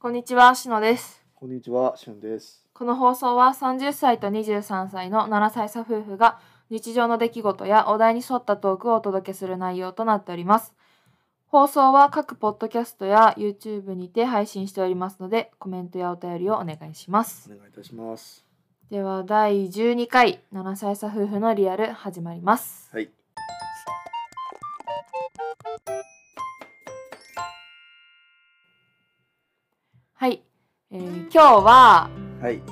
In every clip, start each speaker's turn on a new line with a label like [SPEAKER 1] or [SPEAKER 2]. [SPEAKER 1] こんにちは、しのです。
[SPEAKER 2] こんにちは、しゅんです。
[SPEAKER 1] この放送は30歳と23歳の7歳差夫婦が日常の出来事やお題に沿ったトークをお届けする内容となっております。放送は各ポッドキャストや YouTube にて配信しておりますので、コメントやお便りをお願いします
[SPEAKER 2] お。願いいたします。
[SPEAKER 1] では、第12回、7歳差夫婦のリアル始まります。
[SPEAKER 2] はい。
[SPEAKER 1] はい。えー今日は
[SPEAKER 2] はい。
[SPEAKER 1] 好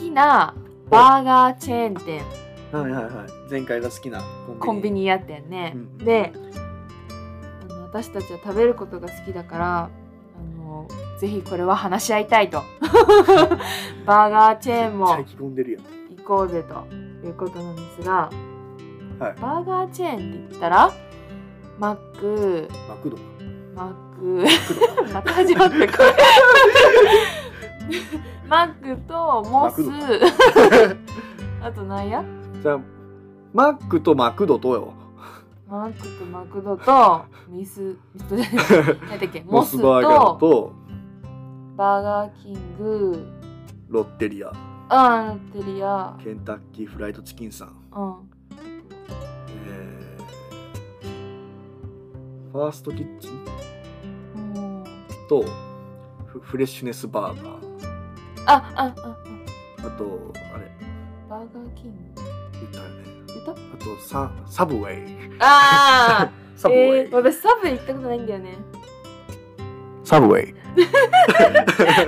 [SPEAKER 1] きなバーガーチェーン店、
[SPEAKER 2] はいはいはい。前回が好きな
[SPEAKER 1] コ
[SPEAKER 2] コ
[SPEAKER 1] ン
[SPEAKER 2] ン
[SPEAKER 1] ビ
[SPEAKER 2] ビニ。
[SPEAKER 1] ニや店ね。
[SPEAKER 2] うんうん
[SPEAKER 1] で、あの私たちは食べることが好きだから、あのぜひこれは話し合いた いと。バーガーチェーンも
[SPEAKER 2] めっちゃ着込んでるやん。
[SPEAKER 1] 行こうぜということなんですが、
[SPEAKER 2] はい。
[SPEAKER 1] バーガーチェーンって言ったら、マック、
[SPEAKER 2] マクド。
[SPEAKER 1] マック、また始まってこれ。マックとモス、あとなんや
[SPEAKER 2] じゃあ、マックとマクドとよ。
[SPEAKER 1] マックとマクドとミス、ミスじゃない何だっけ、モ
[SPEAKER 2] モ
[SPEAKER 1] ス
[SPEAKER 2] ス
[SPEAKER 1] と
[SPEAKER 2] バーガーと
[SPEAKER 1] バーガーキング、
[SPEAKER 2] ロッテリア、
[SPEAKER 1] あん、テリア、
[SPEAKER 2] ケンタッキーフライドチキンさん。
[SPEAKER 1] うん、
[SPEAKER 2] えーファーストキッチン
[SPEAKER 1] うん
[SPEAKER 2] とフフレッシュネスバーガー。
[SPEAKER 1] あ、あ、あ、
[SPEAKER 2] あと、あれ、
[SPEAKER 1] あ、バーガーキング、
[SPEAKER 2] 言ったよね。
[SPEAKER 1] 言った
[SPEAKER 2] あと、ササブウェイ。
[SPEAKER 1] あ
[SPEAKER 2] サ
[SPEAKER 1] ー、
[SPEAKER 2] ブウェ
[SPEAKER 1] え
[SPEAKER 2] イ。
[SPEAKER 1] ー、私サブ行ったことないんだよね。
[SPEAKER 2] サブウェイ。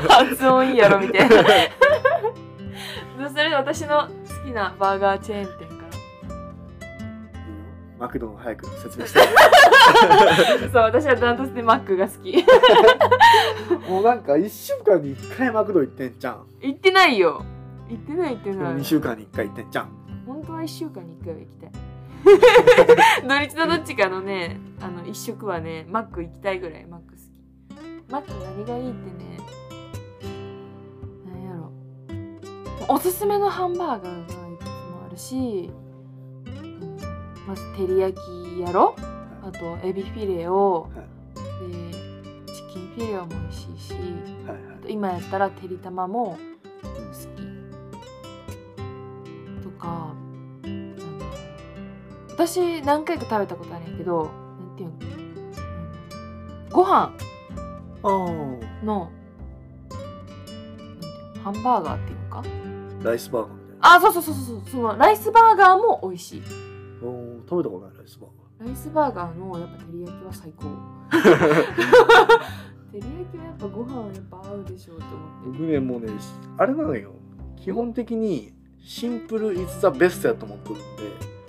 [SPEAKER 1] 発音いいやろみ たいな。それで私の好きなバーガーチェーン店か
[SPEAKER 2] マクドの早く説明して。
[SPEAKER 1] ら。そう、私はダントツでマックが好き。
[SPEAKER 2] もうなんか1週間に1回マクド行ってんじゃん。
[SPEAKER 1] 行ってないよ。行ってない行って
[SPEAKER 2] でも
[SPEAKER 1] な
[SPEAKER 2] 2
[SPEAKER 1] い。
[SPEAKER 2] 週間に1回行ってんじゃん。
[SPEAKER 1] 本当は1週間に1回は行きたい。土日とどっちかのね、あの1食はね、マック行きたいぐらいマック好き。マック何がいいってね、なんやろ。おすすめのハンバーガーがいくつもあるし、うんまず照り焼きやろあとエビフィレオ、
[SPEAKER 2] は
[SPEAKER 1] でチキンフィレオも美味しいし
[SPEAKER 2] はいはい
[SPEAKER 1] あと今やったらてりたまも好きとかあの私何回か食べたことあるんやけどなんていうのご飯
[SPEAKER 2] あ
[SPEAKER 1] のなんていうのハンバーガーっていうのか
[SPEAKER 2] あ。ライスバーガーみたいな。
[SPEAKER 1] あそうそうそうそうそのライスバーガーも美味しい
[SPEAKER 2] おー食べたことないライスバー
[SPEAKER 1] ライスバーガーのやっぱ照り焼きは最高照り焼きはやっぱご飯はやっぱ合うでしょうと
[SPEAKER 2] ガー。
[SPEAKER 1] 思って
[SPEAKER 2] 僕ね、もうね、あれなのよ。基本的にシンプルイズザベストやと思ってるんで、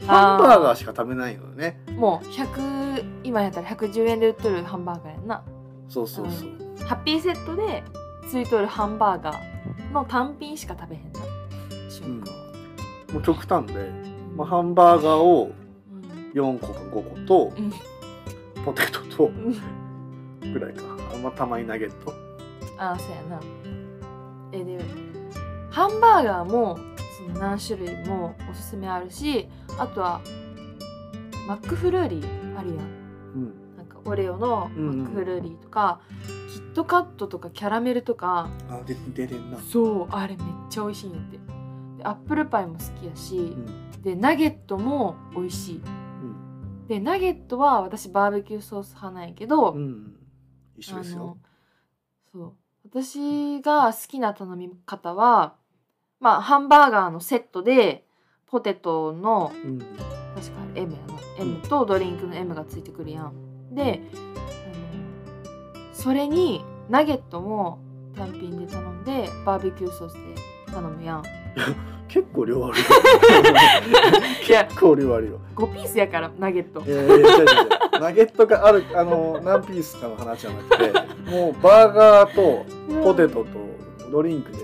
[SPEAKER 2] ハンバーガーしか食べないのよね。
[SPEAKER 1] もう100今やったら110円で売っとるハンバーガーやんな
[SPEAKER 2] そうそうそう。
[SPEAKER 1] ハッピーセットでついとるハンバーガーの単品しか食べへんな瞬間、
[SPEAKER 2] もう極端で、
[SPEAKER 1] うん
[SPEAKER 2] まあ、ハンバーガーを
[SPEAKER 1] うん
[SPEAKER 2] 4個か5個と、
[SPEAKER 1] うん
[SPEAKER 2] ポテトと
[SPEAKER 1] うん
[SPEAKER 2] ぐらいか。あんまたまにナゲット。
[SPEAKER 1] ああそうやなえでハンバーガーもその何種類もおすすめあるしあとはマックフルーリーあるやん
[SPEAKER 2] うん。
[SPEAKER 1] なんかオレオの
[SPEAKER 2] うんうん
[SPEAKER 1] マックフルーリーとか、キットカットとかキャラメルとか
[SPEAKER 2] あ、出出てんな。
[SPEAKER 1] そうあれめっちゃ美味しいんやってでアップルパイも好きやし
[SPEAKER 2] う、ん。
[SPEAKER 1] でナゲットも美味しい
[SPEAKER 2] うん。
[SPEAKER 1] でナゲットは私バーベキューソース派なんやけど、
[SPEAKER 2] うん、一緒ですよ。
[SPEAKER 1] そう私が好きな頼み方はまあハンバーガーのセットでポテトの
[SPEAKER 2] うん、
[SPEAKER 1] 確かあれ M やな
[SPEAKER 2] うん
[SPEAKER 1] M とドリンクの M がついてくるやんであのそれにナゲットも単品で頼んでバーベキューソースで頼むやん
[SPEAKER 2] 結構量あるよ。
[SPEAKER 1] いや
[SPEAKER 2] 結構量あるよ。
[SPEAKER 1] 5ピースやからナゲット
[SPEAKER 2] えー、違う違う違うナゲットがあるあの何ピースかの話じゃなくて、もうバーガーとポテトとドリンクで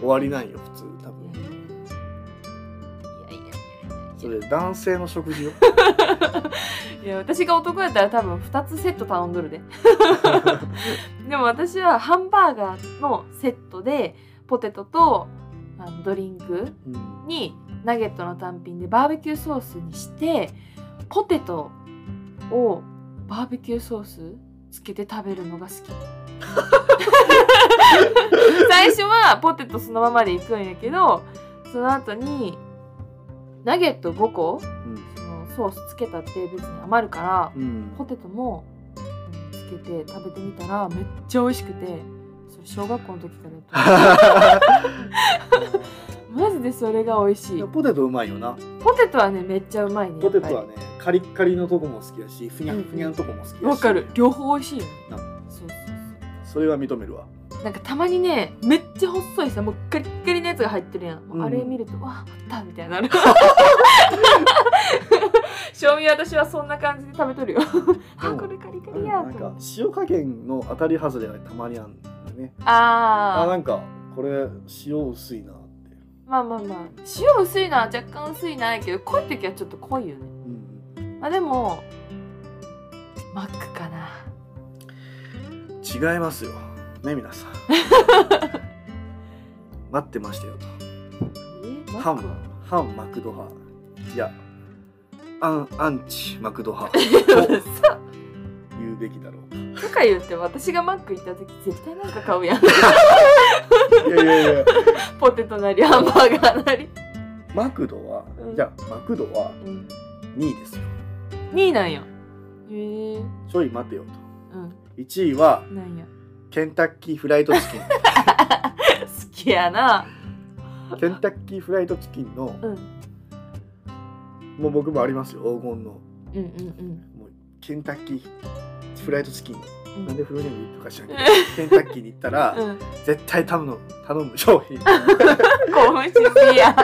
[SPEAKER 2] 終わりないよ普通多
[SPEAKER 1] い
[SPEAKER 2] 分。
[SPEAKER 1] やいやいやいや
[SPEAKER 2] それ男性の食事よ。
[SPEAKER 1] いや私が男やったら多分2つセット頼んどる ででも私はハンバーガーのセットでポテトとあのドリンク
[SPEAKER 2] うん、
[SPEAKER 1] にナゲットの単品でバーベキューソースにしてポテトをバーベキューソースつけて食べるのが好き最初はポテトそのままでいくんやけどその後にナゲット5個そのソースつけたって別に余るから
[SPEAKER 2] うん
[SPEAKER 1] ポテトもうんつけて食べてみたらめっちゃ美味しくてそれ小学校の時からやっとマジでそれが美味しい
[SPEAKER 2] ポテトうまいよな
[SPEAKER 1] ポテトはねめっちゃうまいね
[SPEAKER 2] ポテト
[SPEAKER 1] や
[SPEAKER 2] は
[SPEAKER 1] っぱ
[SPEAKER 2] ねカリッカリのとこも好きやしふにゃふにゃのとこも好きやし
[SPEAKER 1] りわかる両方美味しいよね
[SPEAKER 2] な
[SPEAKER 1] そうそうそ
[SPEAKER 2] それは認めるわ
[SPEAKER 1] うなんかたまにねめっちゃ細いさもうガリッガリのやつが入ってるやん、もうあれ
[SPEAKER 2] うん
[SPEAKER 1] 見るとわああったみたいにな る正味私はそんな感じで食べとるよあこれカリカリや
[SPEAKER 2] なん
[SPEAKER 1] と思
[SPEAKER 2] か
[SPEAKER 1] って
[SPEAKER 2] 塩加減の当たり外れがたまにあるんだよね
[SPEAKER 1] あ
[SPEAKER 2] あ
[SPEAKER 1] あ
[SPEAKER 2] なんかこれ塩薄いなって、
[SPEAKER 1] まあまあまあ塩薄いのは若干薄いなやけど濃い時はちょっと濃いよね
[SPEAKER 2] うん、
[SPEAKER 1] まあでもマックかな
[SPEAKER 2] 違いますよね皆 さん待ってましたよと
[SPEAKER 1] えマ
[SPEAKER 2] 反
[SPEAKER 1] ックは
[SPEAKER 2] 反マクド派いやアンアンチマクド 派 と
[SPEAKER 1] 嘘
[SPEAKER 2] 言うべきだろう
[SPEAKER 1] とか言って私がマック行った時絶対なんか買うやん
[SPEAKER 2] いやいやいや
[SPEAKER 1] ポテトなりハンバーガーなり、
[SPEAKER 2] マクドは、
[SPEAKER 1] うん
[SPEAKER 2] じゃあマクドは
[SPEAKER 1] うん、
[SPEAKER 2] 2位ですよ
[SPEAKER 1] 2位なんやへえ
[SPEAKER 2] ちょい待てよと
[SPEAKER 1] う
[SPEAKER 2] 1位は
[SPEAKER 1] んなんや
[SPEAKER 2] ケンタッキーフライドチ キン
[SPEAKER 1] 好きやな
[SPEAKER 2] ケンタッキーフライドチキンの
[SPEAKER 1] うんうん
[SPEAKER 2] もう僕もありますよ黄金の
[SPEAKER 1] うんうん
[SPEAKER 2] もうケンタッキーフライドチキン
[SPEAKER 1] うん
[SPEAKER 2] なんでフルネーム言うとか知らんけど ケンタッキーに行ったら、
[SPEAKER 1] うん、
[SPEAKER 2] 絶対頼む頼む商品
[SPEAKER 1] 興奮しすぎや。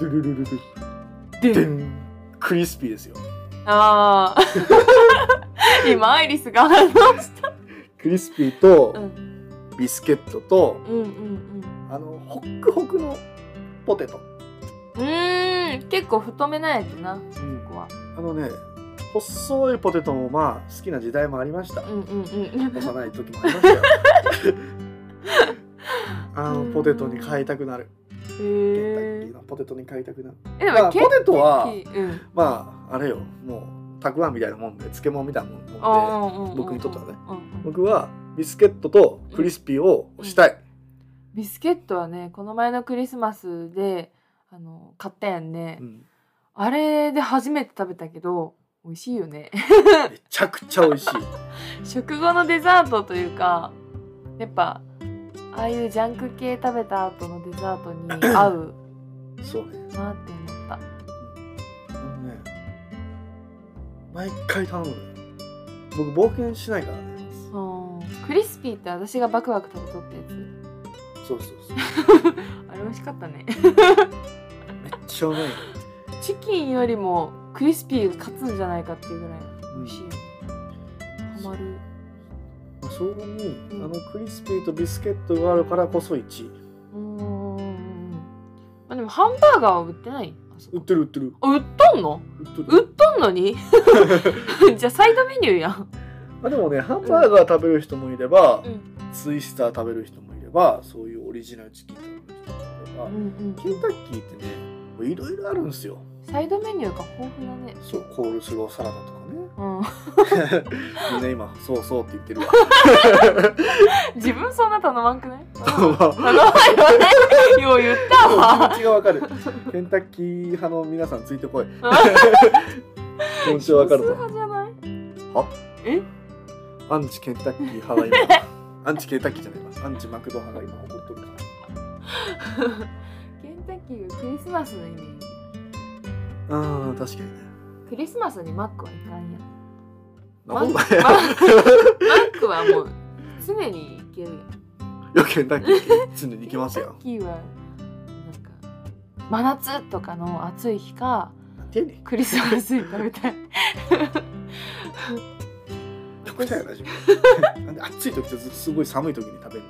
[SPEAKER 2] ドゥルルルルデンクリスピーですよ
[SPEAKER 1] あ あ。今、アイリスが反応した。
[SPEAKER 2] クリスピーと
[SPEAKER 1] うん、
[SPEAKER 2] ビスケットと、
[SPEAKER 1] うん、うん、うん。
[SPEAKER 2] あのホックホクのポテト、
[SPEAKER 1] うーん結構太めなんやつなここは
[SPEAKER 2] あのね細いポテトもまあ好きな時代もありました、
[SPEAKER 1] うんうんうん
[SPEAKER 2] 幼い時もありま したよあの
[SPEAKER 1] うん
[SPEAKER 2] ポテトに買いたくなるケンタ
[SPEAKER 1] へ
[SPEAKER 2] ッキ
[SPEAKER 1] え
[SPEAKER 2] ーのポテトに買いたくなる
[SPEAKER 1] えで
[SPEAKER 2] まあ
[SPEAKER 1] も結
[SPEAKER 2] ポテトは
[SPEAKER 1] 構うん
[SPEAKER 2] まああれよもうたくあんみたいなもんで漬物みたいなもんで
[SPEAKER 1] あーうんうんうん
[SPEAKER 2] 僕にとってはね
[SPEAKER 1] うんうん
[SPEAKER 2] 僕はビスケットとクリスピーを推したい、
[SPEAKER 1] ビスケットはねこの前のクリスマスであの買ったやんね
[SPEAKER 2] うん
[SPEAKER 1] あれで初めて食べたけど美味しいよね
[SPEAKER 2] めちゃくちゃ美味しい
[SPEAKER 1] 食後のデザートというかやっぱああいうジャンク系食べた後のデザートに合う
[SPEAKER 2] そうね
[SPEAKER 1] なって思 った
[SPEAKER 2] あのね毎回頼むのよ僕冒険しないからね
[SPEAKER 1] うんクリスピーって私がバクバク食べとったやつ
[SPEAKER 2] そうそうそう
[SPEAKER 1] あれ美味しかったね
[SPEAKER 2] めっちゃうまいよ
[SPEAKER 1] チキンよりもクリスピーが勝つんじゃないかっていうぐらい美味しいよねハマる
[SPEAKER 2] まあそこにあ
[SPEAKER 1] うん
[SPEAKER 2] のクリスピーとビスケットがあるからこそ1位
[SPEAKER 1] うーんまあでもハンバーガーは売ってないあそ
[SPEAKER 2] 売っ
[SPEAKER 1] こ
[SPEAKER 2] てる売ってる
[SPEAKER 1] あ売っとんの
[SPEAKER 2] 売って
[SPEAKER 1] 売っ
[SPEAKER 2] る
[SPEAKER 1] とんの にじゃあサイドメニューやん
[SPEAKER 2] あでもねハンバーガー食べる人もいれば、
[SPEAKER 1] うん
[SPEAKER 2] ツイスター食べる人もいればそういうオリジナルチキン食べる人もいれば、
[SPEAKER 1] うん
[SPEAKER 2] ケンタッキーってねもういろいろあるんですよ
[SPEAKER 1] サイドメニューが豊富だね
[SPEAKER 2] そうコールスローサラダとかね
[SPEAKER 1] うん
[SPEAKER 2] みんな今そうそうって 言ってるわ
[SPEAKER 1] 自分そんな頼まんくない
[SPEAKER 2] まあ
[SPEAKER 1] 頼まんよねよう言ったわ
[SPEAKER 2] 気持ちがわかるケンタッキー派の皆さんついてこい気持ちわかる
[SPEAKER 1] 少数
[SPEAKER 2] と
[SPEAKER 1] 派じゃない
[SPEAKER 2] アンチケンタッキー派が今アンチケンタッキーじゃないわアンチマクド派が今怒っとるから
[SPEAKER 1] ケンタッキーがクリスマスのイメージ
[SPEAKER 2] あー確かにね
[SPEAKER 1] クリスマスにマックはいかんやん
[SPEAKER 2] なほんま
[SPEAKER 1] マ
[SPEAKER 2] や
[SPEAKER 1] マックはもう常に行けるやん
[SPEAKER 2] よケンタッキー常に行きますよ
[SPEAKER 1] ケンタッキーはなんか真夏とかの暑い日か
[SPEAKER 2] 丁寧
[SPEAKER 1] クリスマスに食べたい
[SPEAKER 2] 極端やな自分なんで暑い時とすごい寒い時に食べる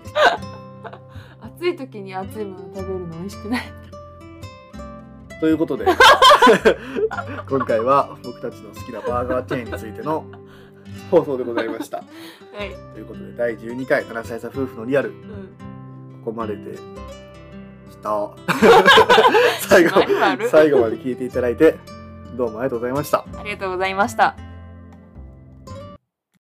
[SPEAKER 2] の
[SPEAKER 1] 暑い時に暑いもの食べるの美味しくない
[SPEAKER 2] ということで 今回は僕たちの好きなバーガーチェーンについての放送でございました
[SPEAKER 1] はい、
[SPEAKER 2] ということで第12回7歳差夫婦のリアル
[SPEAKER 1] うん、
[SPEAKER 2] ここまででした最後
[SPEAKER 1] 締まり悪い
[SPEAKER 2] 最後まで聞いていただいてどうもありがとうございました
[SPEAKER 1] ありがとうございました